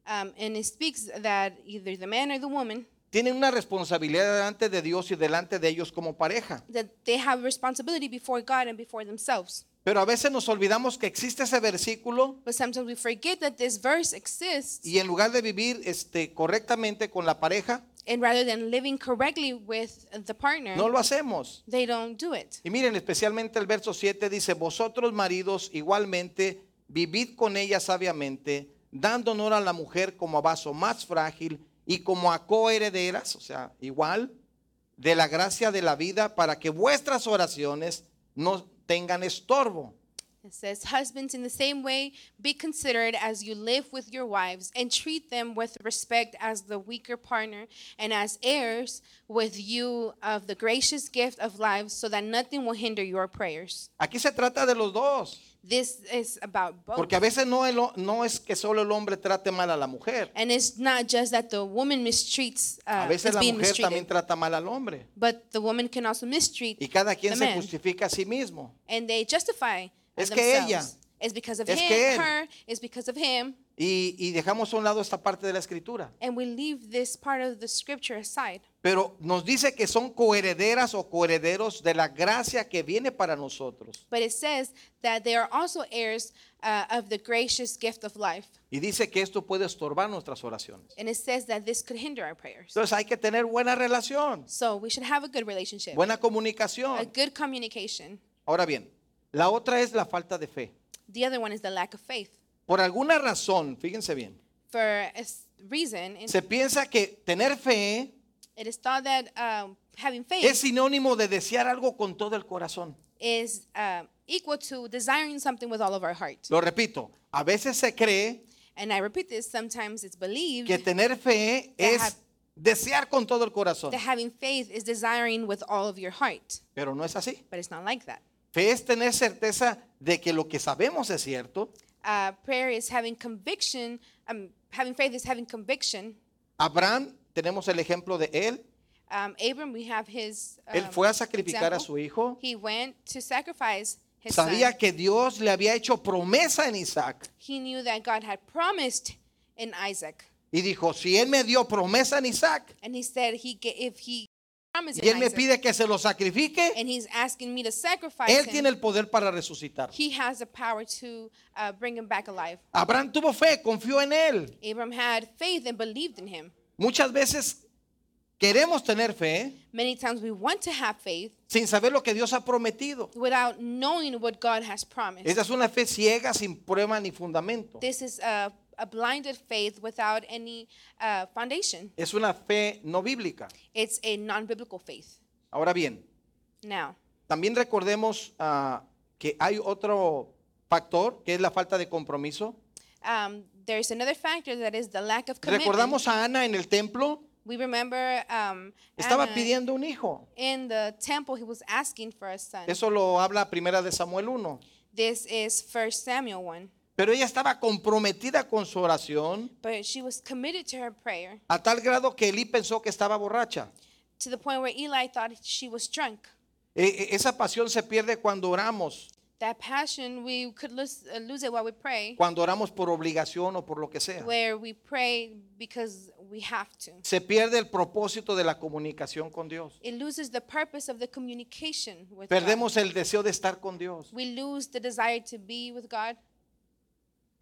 B: um, and it speaks that either the man or the woman
A: tienen una responsabilidad delante de Dios y delante de ellos como pareja.
B: that they have responsibility before God and before themselves.
A: Pero a veces nos olvidamos que existe ese versículo
B: But sometimes we forget that this verse exists,
A: y en lugar de vivir este, correctamente con la pareja,
B: and rather than living correctly with the partner,
A: no lo hacemos.
B: they don't do it.
A: Y miren, especialmente el verso 7 dice, vosotros maridos igualmente vivid con ella sabiamente, dando honor a la mujer como a vaso más frágil y como a coherederas, o sea, igual, de la gracia de la vida para que vuestras oraciones no tengan estorbo.
B: It says, Husbands, in the same way, be considerate as you live with your wives, and treat them with respect as the weaker partner, and as heirs with you of the gracious gift of life, so that nothing will hinder your prayers.
A: Aquí se trata de los dos.
B: This is about both.
A: Porque a veces no, el ho- no es que solo el hombre trate mal a la mujer.
B: And it's not just that the woman mistreats,
A: A
B: uh,
A: veces
B: is
A: la
B: being
A: mujer
B: mistreated,
A: también trata mal al hombre.
B: but the woman can also mistreat
A: Y cada quien
B: the
A: se
B: man.
A: justifica a sí mismo.
B: and they justify
A: Es que ella.
B: themselves. it's because of
A: Es
B: him,
A: que él.
B: her. It's because of him.
A: Y, y dejamos a un lado esta parte de la escritura.
B: And we leave this part of the scripture aside.
A: Pero nos dice que son coherederas o coherederos de la gracia que viene para nosotros.
B: But it says that they are also heirs uh, of the gracious gift of life.
A: Y dice que esto puede estorbar nuestras oraciones.
B: And it says that this could hinder our prayers.
A: Entonces hay que tener buena relación,
B: So we should have a good relationship,
A: buena
B: a
A: comunicación.
B: good communication.
A: Ahora bien, la otra es la falta de fe.
B: The other one is the lack of faith.
A: Por alguna razón, fíjense bien,
B: For a s- reason, it-
A: se piensa que tener fe
B: it is thought that um, having faith
A: es sinónimo de desear algo con todo el corazón.
B: is um equal to desiring something with all of our heart.
A: Lo repito, a veces se cree
B: And I repeat this, sometimes it's believed
A: que tener fe es desear con todo el corazón,
B: that having faith is desiring with all of your heart,
A: pero no es así.
B: but it's not like that.
A: Fe es tener certeza de que lo que sabemos es cierto,
B: Uh, prayer is having conviction, um, having faith is having conviction.
A: Abraham, tenemos el ejemplo de él.
B: Um, Abram, we have his.
A: Él
B: um,
A: fue a sacrificar a
B: example.
A: su hijo.
B: He went to sacrifice his son.
A: Sabía que Dios le había hecho promesa en Isaac.
B: He knew that God had promised in Isaac,
A: Y dijo, si él me dio promesa en Isaac
B: and he said, "He ga- if he promised
A: y él
B: in
A: me
B: Isaac,
A: pide que se lo sacrifique,
B: and he's asking me to sacrifice
A: él
B: him,
A: tiene el poder para resucitar.
B: he has the power to uh, bring him back alive."
A: Abraham tuvo fe, confió en él.
B: Abram had faith and believed in him.
A: Muchas veces queremos tener fe
B: Many times we want to have faith
A: sin saber lo que Dios ha prometido.
B: without knowing what God has promised.
A: Esa es una fe ciega sin prueba ni fundamento.
B: This is a, a blinded faith without any uh, foundation.
A: Es una fe no bíblica.
B: It's a non biblical faith.
A: Ahora bien,
B: Now,
A: También recordemos ah, que hay otro factor que es la falta de compromiso.
B: um, there's another factor that is the lack of commitment.
A: Recordamos a Ana en el templo,
B: we remember um,
A: estaba
B: Anna
A: pidiendo un hijo.
B: in the temple, he was asking for a son.
A: Eso lo habla Primera de Samuel 1.
B: This is First Samuel 1.
A: Pero ella estaba comprometida con su oración
B: But she was committed to her prayer
A: a tal grado que Elí pensó que estaba borracha.
B: to the point where Eli thought she was drunk.
A: E- e- esa pasión se pierde cuando oramos,
B: That passion, we could lose, uh, lose it while we pray,
A: cuando oramos por obligación o por lo que sea.
B: where we pray because we have to.
A: Se pierde el propósito de la comunicación con Dios.
B: It loses the purpose of the communication with God.
A: Perdemos el deseo de estar con Dios.
B: We lose the desire to be with God.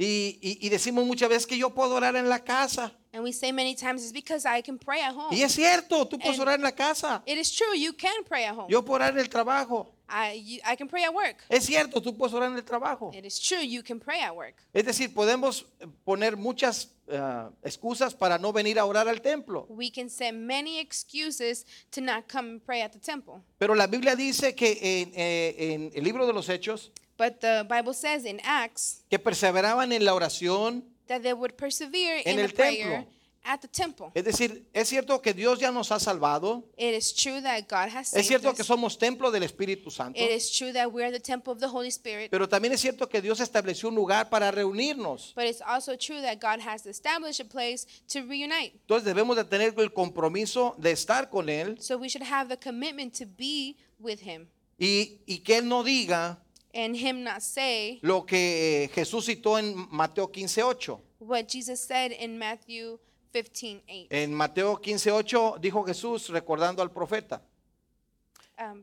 A: Y, y- y decimos muchas veces que yo puedo orar en la casa.
B: And we say many times, it's because I can pray at home.
A: Y es cierto, tú puedes
B: And-
A: orar en la casa.
B: It is true, you can pray at home.
A: Yo puedo orar en el trabajo.
B: I, you, I can pray at work.
A: Es cierto, tú puedes orar en el trabajo.
B: It is true, you can pray at work.
A: Es decir, podemos poner muchas eh, excusas para no venir a orar al templo.
B: We can set many excuses to not come and pray at the temple.
A: Pero la Biblia dice que en, eh, en el libro de los Hechos,
B: But the Bible says in Acts
A: que perseveraban en la oración.
B: that they would persevere
A: En
B: in
A: el
B: the prayer
A: templo.
B: at the temple.
A: Es decir, es cierto que Dios ya nos ha salvado.
B: It is true that God
A: Es
B: has saved
A: cierto
B: us.
A: que somos templo del Espíritu Santo.
B: It is true that we are the temple of the Holy Spirit.
A: Pero también es cierto que Dios estableció un lugar para reunirnos.
B: But it's also true that God has established a place to reunite.
A: Entonces debemos de tener el compromiso de estar con Él
B: So we should have the commitment to be with Him
A: y, y que Él no diga
B: and Him not say
A: lo que eh, Jesús citó en Mateo 15.8.
B: what Jesus said in Matthew 15 8.
A: En Mateo 15.8 dijo Jesús recordando al profeta,
B: Um,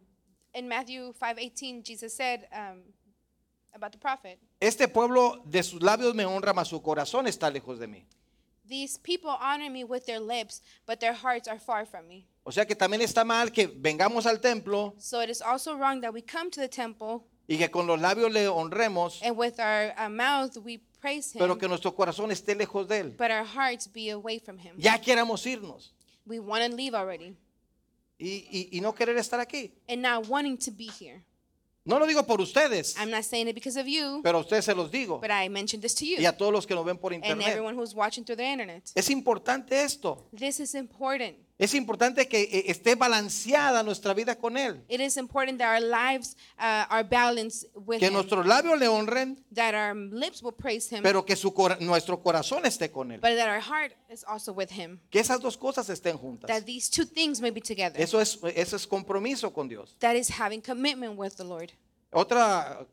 B: in Matthew 5 18, Jesus said um, about the prophet,
A: este pueblo de sus labios me honra, mas su corazón está lejos de mí.
B: These people honor me with their lips, but their hearts are far from me.
A: O sea que también está mal que vengamos al templo
B: So it is also wrong that we come to the temple
A: y que con los labios le honremos,
B: and with our uh, mouth we praise Him,
A: pero que nuestro corazón esté lejos de él.
B: but our hearts be away from Him.
A: Ya queramos irnos
B: We want to leave already
A: y, y- y no querer estar aquí.
B: and not wanting to be here.
A: No lo digo por ustedes,
B: I'm not saying it because of you,
A: pero a ustedes se los digo
B: but I mentioned this to
A: y
B: you
A: a todos los que nos ven por
B: and
A: internet.
B: everyone who's watching through the internet.
A: Es importante esto.
B: This is important.
A: Es importante que eh, esté balanceada nuestra vida con Él.
B: It is important that our lives uh, are balanced with
A: Que
B: Him,
A: nuestros labios le honren,
B: that our lips will praise Him,
A: pero que su cora- nuestro corazón esté con Él.
B: but that our heart is also with Him.
A: Que esas dos cosas estén juntas.
B: That these two things may be together.
A: Eso es, eso es compromiso con Dios.
B: that is having commitment with the Lord.
A: Otra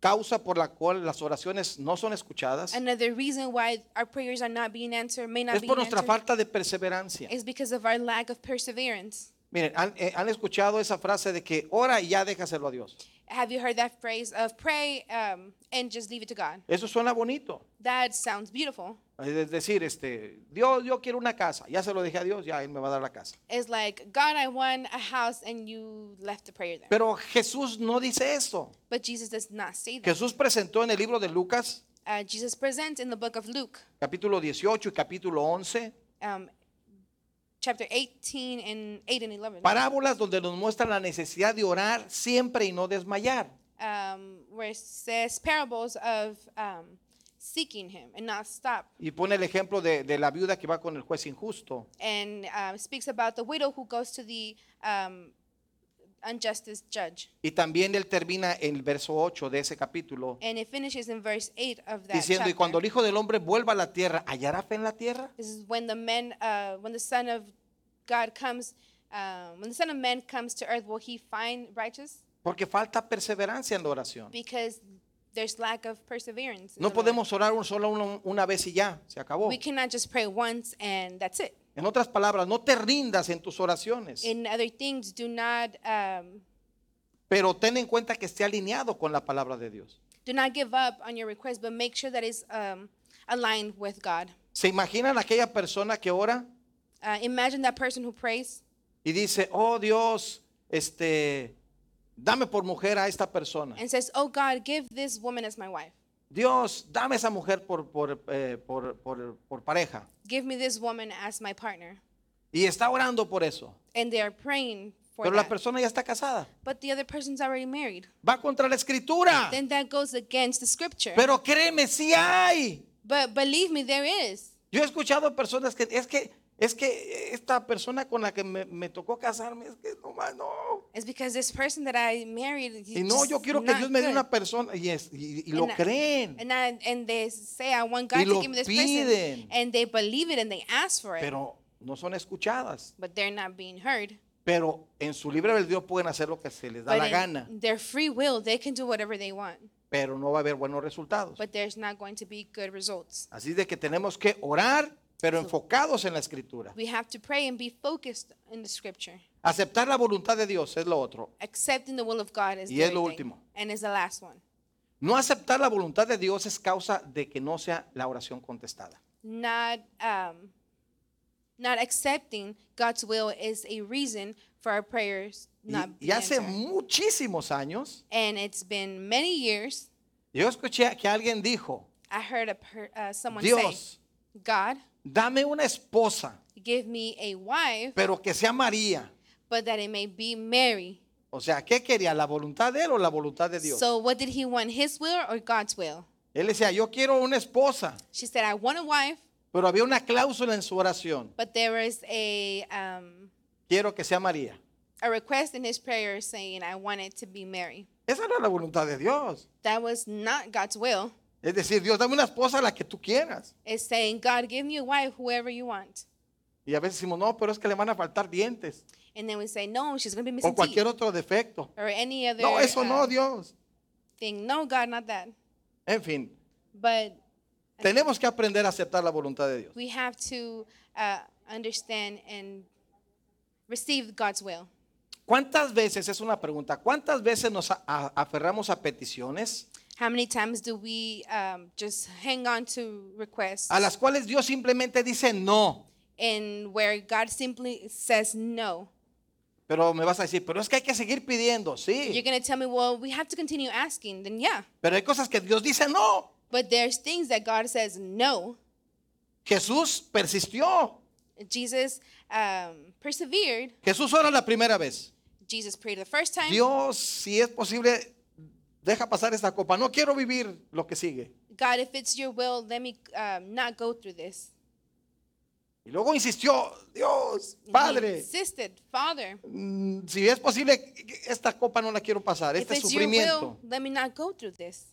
A: causa por la cual las oraciones no son escuchadas
B: Another reason why our prayers are not being answered, may not
A: es
B: be
A: por nuestra
B: answered,
A: falta de perseverancia.
B: is because of our lack of perseverance.
A: Miren, han, eh, han escuchado esa frase de que ora y ya déjaselo a Dios.
B: Have you heard that phrase of pray um, and just leave it to God?
A: Eso suena bonito.
B: That sounds beautiful.
A: Es decir, este, Dios, yo quiero una casa. Ya se lo dejé a Dios, ya Él me va a dar la casa.
B: It's like, God, I want a house, and you left the prayer there.
A: Pero Jesús no dice eso.
B: but Jesus does not say that.
A: Jesús presentó en el libro de Lucas,
B: Uh, Jesus presents in the book of Luke,
A: capítulo 18 y capítulo 11,
B: um, chapter 18 and 8 and 11,
A: parábolas donde nos muestra la necesidad de orar siempre y no desmayar.
B: um, where it says parables of um, seeking Him and not stop,
A: Y pone el ejemplo de, de la viuda que va con el juez injusto.
B: and um, speaks about the widow who goes to the um, unjustice judge.
A: Y también él termina en el verso 8 de ese capítulo
B: And it finishes in verse 8 of that
A: diciendo, y cuando
B: chapter.
A: el Hijo del Hombre vuelva a la tierra, ¿hallará fe en la tierra?
B: This is when the men, uh, when the Son of God comes, um, when the Son of Man comes to earth, will He find righteous?
A: Porque falta perseverancia en la oración.
B: Because there's lack of perseverance. in
A: No
B: the Lord.
A: podemos orar un solo uno- una vez y ya, se acabó.
B: We cannot just pray once and that's it.
A: En otras palabras, no te rindas en tus oraciones,
B: In other things, do not um,
A: pero ten en cuenta que esté alineado con la palabra de Dios.
B: do not give up on your request, but make sure that it's um, aligned with God.
A: ¿Se imaginan aquella persona que ora
B: Uh, imagine that person who prays
A: y dice, oh Dios, este, dame por mujer a esta persona?
B: and says, "Oh God, give this woman as my wife.
A: Dios, dame esa mujer por, por, eh, por- por- por pareja.
B: Give me this woman as my partner."
A: Y está orando por eso.
B: And they are praying for
A: Pero la
B: that.
A: persona ya está casada.
B: but the other person's already married.
A: Va contra la escritura.
B: Then that goes against the scripture.
A: Ah. Pero créeme, sí hay.
B: but believe me, there is.
A: Yo he escuchado personas que es que es que esta persona con la que me, me tocó casarme es que no más, no.
B: It's because this person that I married. he's
A: Y no,
B: just
A: yo quiero que
B: not
A: Dios me dé
B: good.
A: una persona y, es- y- y lo
B: And I-
A: creen.
B: And, I, and they say, I want God
A: Y
B: to
A: lo
B: give me this
A: piden.
B: person. And they believe it and they ask for it.
A: Pero no son escuchadas.
B: but they're not being heard.
A: Pero en su libre albedrío pueden hacer lo que se les da
B: But
A: la
B: in
A: gana,
B: their free will, they can do whatever they want.
A: pero no va a haber buenos resultados.
B: But there's not going to be good results.
A: Así de que tenemos que orar, pero enfocados en la escritura.
B: We have to pray and be focused in the scripture.
A: Aceptar la voluntad de Dios es lo otro.
B: Accepting the will of God is
A: Y
B: the
A: es
B: other
A: lo
B: thing.
A: último.
B: And is the last one.
A: No aceptar la voluntad de Dios es causa de que no sea la oración contestada.
B: Not, um, not accepting God's will is a reason for our prayers
A: Y,
B: not
A: y
B: being
A: hace
B: answered.
A: muchísimos años,
B: And it's been many years.
A: yo escuché que alguien dijo,
B: I heard a per, uh, someone say,
A: Dios,
B: God,
A: dame una esposa,
B: give me a wife,
A: pero que sea María.
B: but that it may be Mary.
A: O sea, ¿qué quería? ¿La voluntad de él o la voluntad de Dios?
B: So, what did he want, his will or God's will?
A: él decía, yo quiero una esposa,
B: She said, I want a wife,
A: pero había una cláusula en su oración,
B: but there was a, um,
A: quiero que sea María.
B: a request in his prayer saying, I want it to be Mary.
A: Esa no era la voluntad de Dios.
B: That was not God's will.
A: Es decir, Dios, dame una esposa a la que tú quieras.
B: It's saying, God, give me a wife, whoever you want.
A: Y a veces decimos, no, pero es que le van a faltar dientes
B: And then we say, no, she's going to be
A: o
B: missing
A: cualquier
B: teeth
A: otro defecto.
B: or any other
A: No, eso no,
B: uh,
A: Dios.
B: thing. No, God, not that.
A: En fin,
B: But
A: tenemos que aprender a aceptar la voluntad de Dios.
B: we have to uh, understand and receive God's will.
A: ¿Cuántas veces, es una pregunta, cuántas veces nos a- a- aferramos a peticiones
B: How many times do we um, just hang on to requests
A: a las cuales Dios simplemente dice no?
B: and where God simply says no?
A: Pero me vas a decir, pero es que hay que seguir pidiendo,
B: You're
A: sí.
B: going to tell me, well, we have to continue asking. Then, yeah.
A: Pero hay cosas que Dios dice no.
B: But there's things that God says no.
A: Jesús persistió.
B: Jesus um, persevered.
A: Jesús ora la primera vez.
B: Jesus prayed the first time.
A: Dios, si es posible, deja pasar esta copa. No quiero vivir lo que sigue.
B: God, if it's your will, let me um, not go through this.
A: Y luego insistió, Dios,
B: And he
A: Padre,
B: insisted, Father,
A: mm, si es posible, esta copa no la quiero pasar,
B: if
A: este
B: it's your will,
A: sufrimiento.
B: let me not go through this.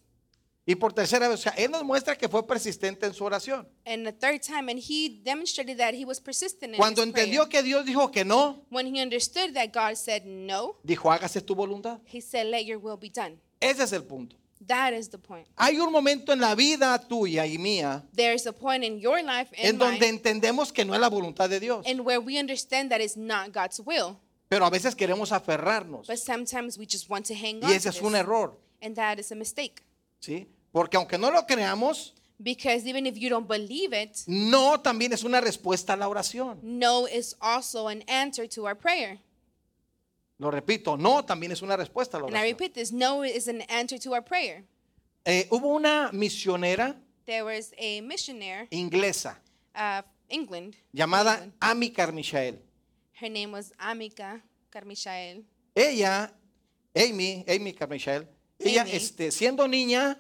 A: Y por tercera vez, o sea, Él nos muestra que fue persistente en su oración.
B: and the third time and he demonstrated that he was persistent in
A: Cuando
B: his prayer.
A: entendió que Dios dijo que no,
B: when he understood that God said no
A: dijo, hágase tu voluntad.
B: he said let your will be done
A: Ese es el punto.
B: That is the point.
A: Hay un momento en la vida tuya y mía
B: There's a point in your life
A: en
B: and
A: donde
B: mine,
A: entendemos que no es la voluntad de Dios,
B: and where we understand that it's not God's will,
A: pero a veces queremos aferrarnos
B: but sometimes we just want to hang
A: y
B: on. to
A: ese es
B: this,
A: un error,
B: and that is a mistake.
A: ¿sí? Porque aunque no lo creamos,
B: Because even if you don't believe it,
A: no también es una respuesta a la oración.
B: no is also an answer to our prayer.
A: Lo repito, no también es una respuesta a la
B: And I
A: oración.
B: repeat this no is an answer to our prayer.
A: Eh, hubo una misionera
B: There was a missionary
A: inglesa
B: of England.
A: llamada
B: England.
A: Amy Carmichael.
B: Her name was Amica Carmichael.
A: Ella, Amy, Amy Carmichael, ella
B: Amy.
A: este, siendo niña,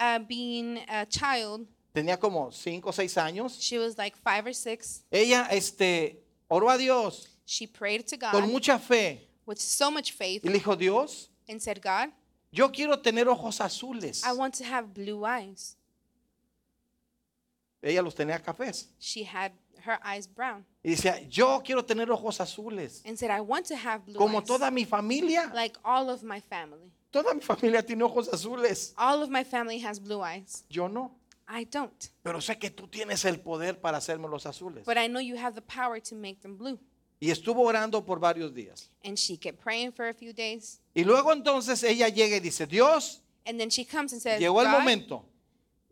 B: Uh, being a child,
A: tenía como 5 o 6 años,
B: she was like five or six.
A: ella este, oró a Dios
B: She prayed to God
A: con mucha fe
B: with so much faith
A: y le dijo, Dios,
B: and said, God,
A: yo quiero tener ojos azules.
B: I want to have blue eyes.
A: Ella los tenía cafés.
B: She had her eyes brown
A: Y decía, yo quiero tener ojos azules.
B: and said, I want to have blue
A: Como
B: eyes.
A: toda mi familia,
B: like all of my family.
A: toda mi familia tiene ojos azules.
B: All of my family has blue eyes.
A: Yo no.
B: I don't.
A: Pero sé que tú tienes el poder para hacerme los azules.
B: But I know you have the power to make them blue.
A: Y estuvo orando por varios días.
B: And she kept praying for a few days.
A: Y luego entonces ella llega y dice, Dios,
B: And then she comes and says,
A: llegó el
B: "God,
A: momento.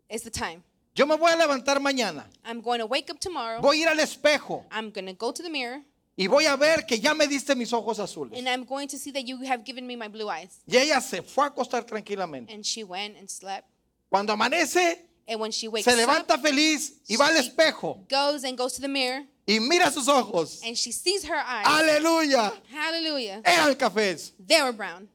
B: It's the time.
A: Yo me voy a levantar mañana.
B: I'm going to wake up tomorrow.
A: Voy a ir al espejo
B: I'm going to go to the mirror.
A: y voy a ver que ya me diste mis ojos
B: And
A: azules.
B: I'm going to see that you have given me my blue eyes.
A: Y ella se fue a acostar tranquilamente.
B: And she went and slept.
A: Cuando amanece,
B: And when she wakes
A: se levanta feliz y va al espejo
B: up, goes and goes to the mirror.
A: y mira sus ojos.
B: And she sees her eyes.
A: Aleluya.
B: Hallelujah.
A: Eran cafés.
B: They were brown.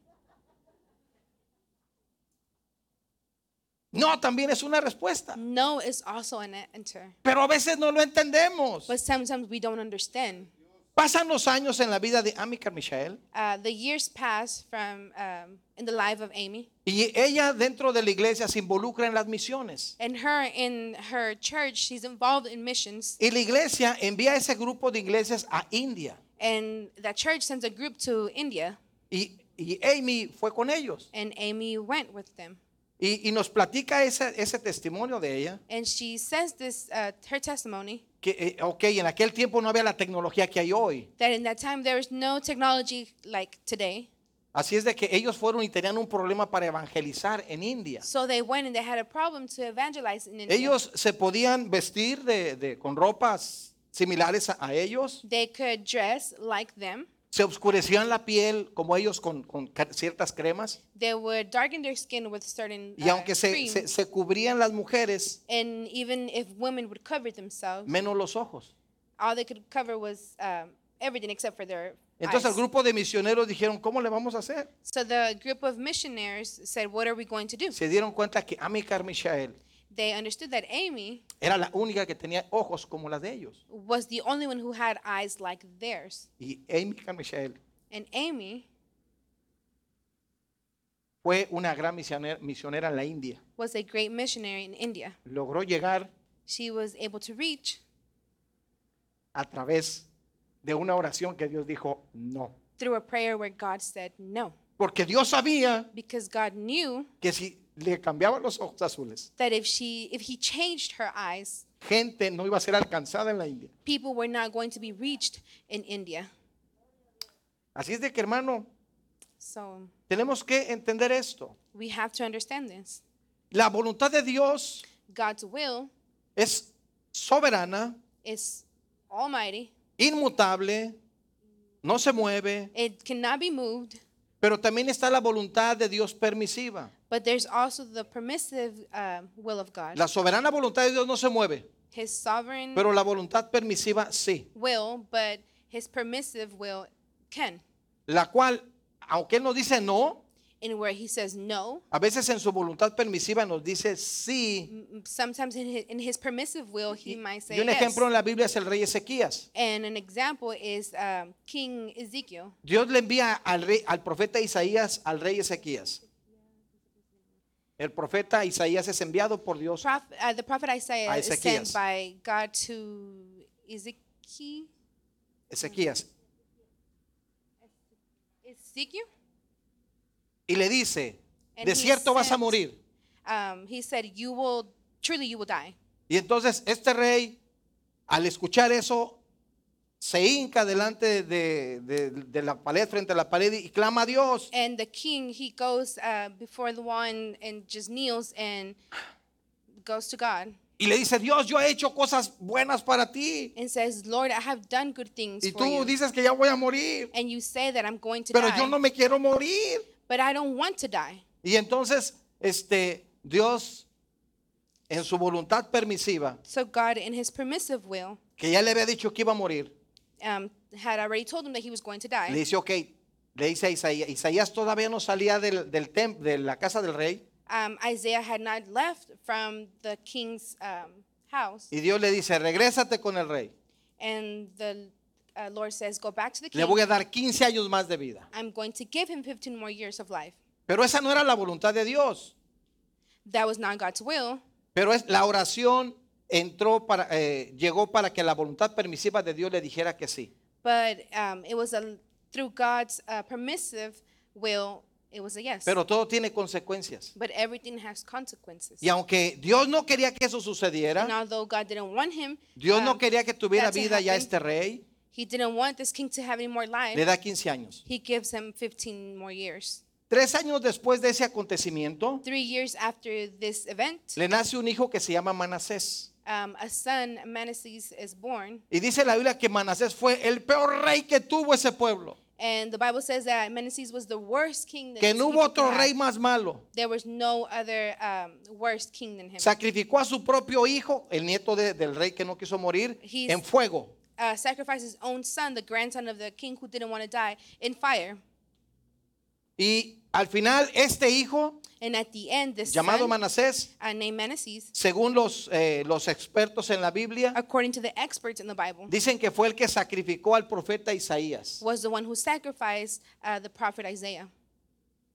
A: No, también es una respuesta.
B: No is also an answer.
A: Pero a veces no lo entendemos.
B: But sometimes we don't understand.
A: Pasan los años en la vida de Amica Michael
B: Uh, the years pass from um, in the life of Amy,
A: y ella dentro de la iglesia se involucra en las misiones.
B: and her in her church, she's involved in missions,
A: Y la iglesia envía a ese grupo de iglesias a India.
B: and that church sends a group to India,
A: Y, y Amy fue con ellos.
B: and Amy went with them,
A: Y, y nos platica ese, ese testimonio de ella.
B: and she says this uh, her testimony
A: Que, eh, ok, en aquel tiempo no había la tecnología que hay hoy.
B: that in that time there was no technology like today,
A: Así es de que ellos fueron y tenían un problema para evangelizar en India.
B: so they went and they had a problem to evangelize in India.
A: Ellos se podían vestir de, de- con ropas similares a, a ellos.
B: they could dress like them.
A: Se oscurecían la piel como ellos con, con ca- ciertas cremas.
B: They would darken their skin with certain
A: Y
B: uh,
A: aunque se,
B: cream,
A: se- se cubrían las mujeres,
B: and even if women would cover themselves.
A: menos los ojos.
B: all they could cover was um, everything except for their
A: Entonces el
B: eyes.
A: grupo de misioneros dijeron, ¿cómo le vamos a hacer?
B: So the group of missionaries said, "What are we going to do?"
A: Se dieron cuenta que "Ah, Amicar Michael
B: They understood that Amy
A: era la única que tenía ojos como las de ellos.
B: was the only one who had eyes like theirs,
A: Y Amy Carmichael
B: and Amy
A: fue una gran misionera, misionera en la India.
B: was a great missionary in India.
A: Logró llegar
B: She was able to reach
A: a través de una oración que Dios dijo no.
B: through a prayer where God said no,
A: Porque Dios sabía
B: because God knew
A: que si le cambiaban los ojos azules,
B: that if she if he changed her eyes,
A: gente no iba a ser alcanzada en la India.
B: people were not going to be reached in India.
A: Así es de que, hermano,
B: So
A: tenemos que entender esto.
B: we have to understand this.
A: La voluntad de Dios
B: God's will
A: es soberana,
B: is almighty
A: inmutable, no se mueve,
B: It cannot be moved,
A: pero también está la voluntad de Dios permisiva.
B: but there's also the permissive um, will of God.
A: La soberana voluntad de Dios no se mueve,
B: His sovereign
A: pero la voluntad permisiva sí,
B: will, but his permissive will can.
A: la cual, aunque Él nos dice no,
B: And where he says no,
A: a veces en su voluntad permisiva nos dice sí.
B: m- m- sometimes in his, in his permissive will, he
A: Y,
B: might say
A: y un
B: yes.
A: ejemplo en la Biblia es el rey Ezequías.
B: And an example is um, King Ezekiel.
A: Dios le envía al, rey- al profeta Isaías al rey Ezequías. El profeta Isaías es enviado por Dios.
B: Proph uh, the prophet Isaiah
A: A
B: is sent
A: Ezequías.
B: by God to Ezekiel.
A: Ezequías.
B: Ezekiel?
A: Y le dice,
B: And
A: de
B: he
A: cierto vas a
B: sent-
A: morir.
B: um, he said, You will, truly, you will die.
A: Y entonces este rey, al escuchar eso, se hinca delante de, de- de la pared, frente a la pared, y clama a Dios.
B: And the king, he goes uh, before the wall and, and just kneels and goes to God
A: Y le dice, Dios, yo he hecho cosas buenas para ti.
B: and says, Lord, I have done good things
A: Y
B: for you.
A: tú dices que ya voy a morir,
B: and you say that I'm going to
A: pero
B: die,
A: yo no me quiero morir.
B: but I don't want to die.
A: Y entonces, este, Dios, en su voluntad permisiva,
B: So God, in his permissive will,
A: que ya le había dicho que iba a morir,
B: um, had already told him that he was going to die.
A: le dice, ok, le dice a Isaías, Isaías todavía no salía del, del tem- de la casa del rey,
B: um, Isaiah had not left from the king's um, house.
A: y Dios le dice, regrésate con el rey,
B: And the uh, Lord says, Go back to the
A: le
B: king.
A: voy a dar 15 años más de vida.
B: I'm going to give him 15 more years of life.
A: Pero esa no era la voluntad de Dios,
B: That was not God's will,
A: pero es, la oración entró para, eh, llegó para que la voluntad permisiva de Dios le dijera que sí.
B: but um, it was a, through God's uh, permissive will, it was a yes.
A: Pero todo tiene consecuencias.
B: but everything has consequences.
A: Y aunque Dios no quería que eso sucediera,
B: And although God didn't want him,
A: Dios no
B: um,
A: quería que tuviera
B: that to
A: vida ya
B: happen.
A: este rey.
B: he didn't want this king to have any more life.
A: Le da 15 años.
B: He gives him 15 more years.
A: Tres años después de ese acontecimiento,
B: Three years after this event,
A: le nace un hijo que se llama Manasés.
B: um, a son, Manasses, is born.
A: Y dice la Biblia que Manasés fue el peor rey que tuvo ese pueblo.
B: And the Bible says that Manasses was the worst king that
A: Que
B: this
A: no hubo
B: people could
A: otro
B: have.
A: rey más malo.
B: There was no other um, worse king than him.
A: Sacrificó a su propio hijo, el nieto de- del rey que no quiso morir,
B: He's-
A: en fuego.
B: uh, sacrificed his own son, the grandson of the king who didn't want to die, in fire.
A: Y al final este hijo,
B: And at the end, this
A: llamado
B: son,
A: Manasés,
B: uh, named Manasses,
A: según los, eh, los expertos en la Biblia,
B: according to the experts in the Bible,
A: dicen que fue el que sacrificó al profeta Isaías.
B: was the one who sacrificed uh, the prophet Isaiah.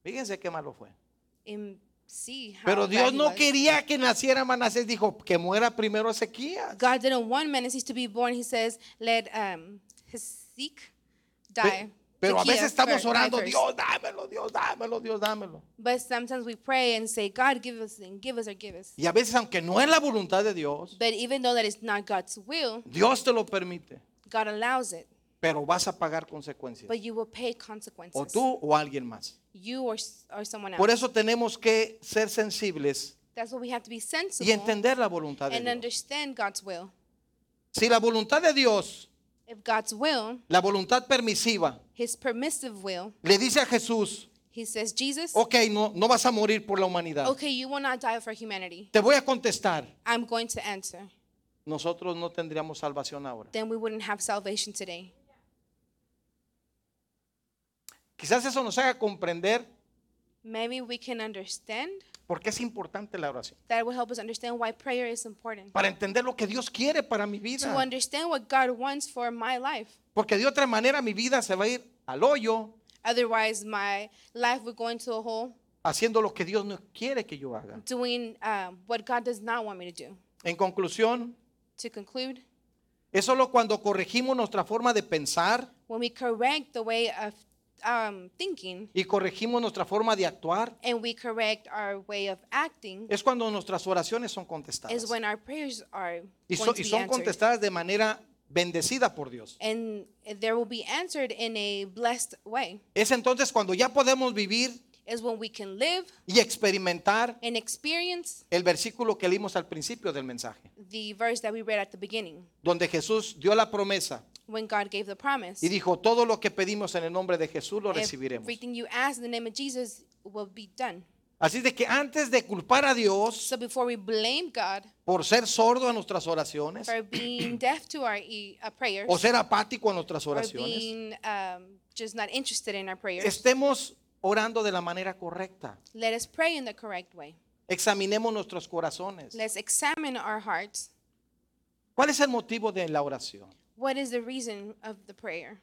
A: Fíjense qué malo fue.
B: And see how
A: Pero
B: bad
A: Dios
B: he
A: no
B: was.
A: quería que naciera Manasés, dijo que muera primero Ezequías.
B: God didn't want Manasses to be born. He says, let um, Hesek die.
A: Pe- Pero a
B: Hezekiah
A: veces estamos
B: fir- die
A: orando,
B: first.
A: Dios, dámelo, Dios, dámelo, Dios, dámelo.
B: But sometimes we pray and say, God, give us and give us or give us.
A: Y a veces, aunque no es la voluntad de Dios,
B: But even though that is not God's will,
A: Dios te lo permite,
B: God allows it.
A: pero vas a pagar consecuencias.
B: But you will pay
A: O
B: consequences.
A: tú o alguien más.
B: You or, s- or someone else.
A: Por eso tenemos que ser sensibles
B: That's what we have to be sensible
A: y entender la voluntad
B: and
A: de Dios.
B: understand God's will.
A: Si la voluntad de Dios,
B: If God's will,
A: la voluntad permisiva,
B: his permissive will,
A: le dice a Jesús,
B: he says, Jesus,
A: ok, no, no vas a morir por la humanidad.
B: okay, you will not die for humanity.
A: Te voy a contestar.
B: I'm going to answer.
A: nosotros no tendríamos salvación ahora.
B: Then we wouldn't have salvation today.
A: Quizás eso nos haga comprender
B: Maybe we can understand.
A: por qué es importante la oración.
B: That will help us understand why prayer is important.
A: Para entender lo que Dios quiere para mi
B: To
A: vida.
B: understand what God wants for my life.
A: Porque de otra manera mi vida se va a ir al hoyo
B: Otherwise, my life would go into a hole
A: haciendo lo que Dios no quiere que yo haga.
B: doing um, what God does not want me to do.
A: En conclusión,
B: To conclude,
A: es solo cuando corregimos nuestra forma de pensar
B: when we correct the way of um, thinking
A: y corregimos nuestra forma de actuar,
B: and we correct our way of acting,
A: es cuando nuestras oraciones son contestadas.
B: is when our prayers are
A: Y,
B: going
A: so-
B: to
A: y
B: be
A: son
B: answered.
A: contestadas de manera bendecida por Dios.
B: And there will be answered in a blessed way.
A: Es entonces cuando ya podemos vivir
B: Is when we can live
A: y experimentar
B: and experience
A: el versículo que leímos al principio del mensaje,
B: the verse that we read at the beginning
A: donde Jesús dio la promesa
B: when God gave the promise.
A: y dijo, todo lo que pedimos en el nombre de Jesús lo recibiremos.
B: Everything you ask in the name of Jesus will be done.
A: Así de que antes de culpar a Dios
B: So before we blame God
A: por ser sordo a nuestras oraciones
B: for being deaf to our e- uh, prayers
A: o ser apático a nuestras
B: or
A: oraciones,
B: being um, just not interested in our prayers,
A: estemos orando de la manera correcta.
B: let us pray in the correct way.
A: Examinemos nuestros corazones.
B: Let's examine our hearts.
A: ¿Cuál es el motivo de la oración?
B: What is the reason of the prayer?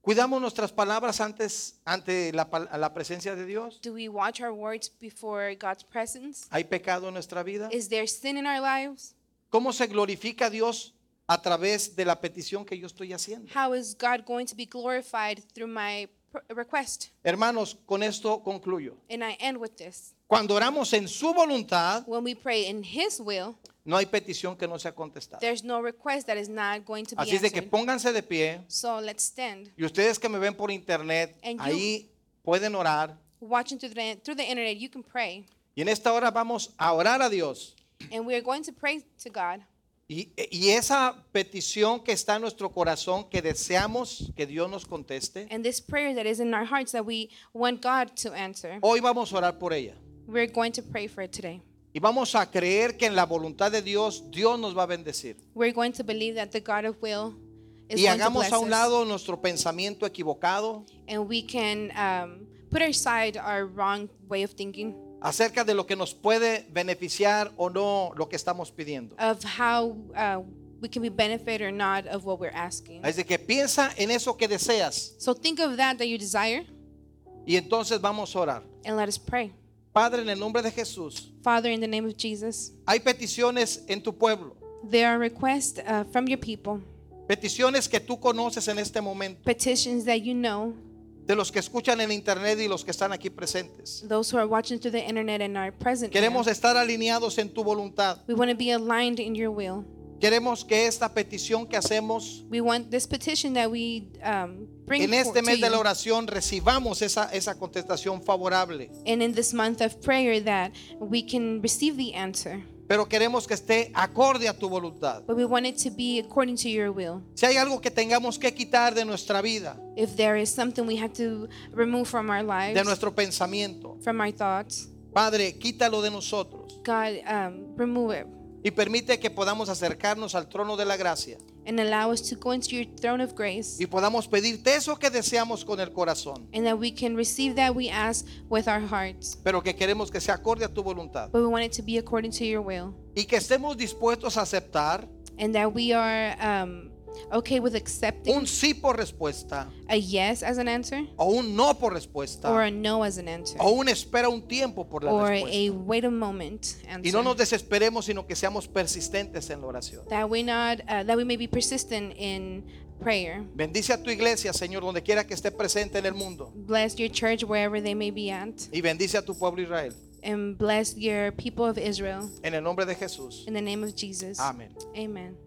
A: ¿Cuidamos nuestras palabras antes ante la, pal- la presencia de Dios?
B: Do we watch our words before God's presence?
A: ¿Hay pecado en nuestra vida?
B: Is there sin in our lives?
A: ¿Cómo se glorifica a Dios a través de la petición que yo estoy haciendo?
B: How is God going to be glorified through my pr- request.
A: Hermanos, con esto concluyo.
B: And I end with this.
A: Cuando oramos en su voluntad,
B: When we pray in His will,
A: no hay petición que no sea contestada.
B: there's no request that is not going to be
A: Así es de que
B: answered.
A: pónganse de pie
B: So let's stand.
A: y ustedes que me ven por internet,
B: And you-
A: ahí pueden orar.
B: Watching through the, through the internet, you can pray.
A: Y en esta hora vamos a orar a Dios.
B: And we are going to pray to God.
A: Y, y esa petición que está en nuestro corazón, que deseamos que Dios nos conteste,
B: And this prayer that is in our hearts that we want God to answer,
A: hoy vamos a orar por ella.
B: we're going to pray for it today.
A: Y vamos a creer que en la voluntad de Dios, Dios nos va a bendecir.
B: We're going to believe that the God of will is
A: Y
B: going to
A: hagamos
B: bless
A: a un
B: us.
A: lado nuestro pensamiento equivocado
B: And we can um, put aside our wrong way of thinking
A: acerca de lo que nos puede beneficiar o no lo que estamos pidiendo.
B: of how uh, we can be benefit or not of what we're asking.
A: Es de que piensa en eso que deseas
B: So think of that that you desire
A: y entonces vamos a orar.
B: and let us pray.
A: Padre, en el nombre de Jesús,
B: Father, in the name of Jesus,
A: hay peticiones en tu pueblo,
B: there are requests uh, from your people,
A: peticiones que tú conoces en este momento,
B: petitions that you know,
A: de los que escuchan en internet y los que están aquí presentes.
B: those who are watching through the internet and are present. now.
A: Queremos estar alineados en tu voluntad.
B: We want to be aligned in your will.
A: Queremos que esta petición que hacemos
B: We want this petition that we um, bring
A: en
B: for-
A: este
B: to
A: mes de la
B: you.
A: oración recibamos esa, esa contestación favorable,
B: and in this month of prayer that we can receive the answer.
A: pero queremos que esté acorde a tu voluntad.
B: But we want it to be according to your will.
A: Si hay algo que tengamos que quitar de nuestra vida,
B: If there is something we have to remove from our lives,
A: de nuestro pensamiento,
B: from our thoughts,
A: Padre, quítalo de nosotros
B: God, um, remove it
A: y permite que podamos acercarnos al trono de la gracia
B: and allow us to go into your throne of grace
A: y podamos pedirte eso que deseamos con el corazón,
B: and that we can receive that we ask with our hearts.
A: pero que queremos que sea acorde a tu voluntad
B: But we want it to be according to your will
A: y que estemos dispuestos a aceptar
B: and that we are um, okay with accepting
A: un sí por respuesta
B: a yes as an answer
A: o un no por
B: or
A: respuesta
B: a no as an answer
A: o un espera un tiempo por Oh, la
B: or
A: respuesta.
B: a wait a moment answer.
A: Y no nos desesperemos, sino que seamos persistentes en la oración.
B: that we not uh, that we may be persistent in prayer.
A: Bendice a tu iglesia, Señor, donde quiera que esté presente en el mundo.
B: Bless your church wherever they may be at,
A: Y bendice a tu pueblo Israel.
B: and bless your people of Israel
A: En el nombre de Jesús.
B: in the name of Jesus.
A: Amén.
B: Amen.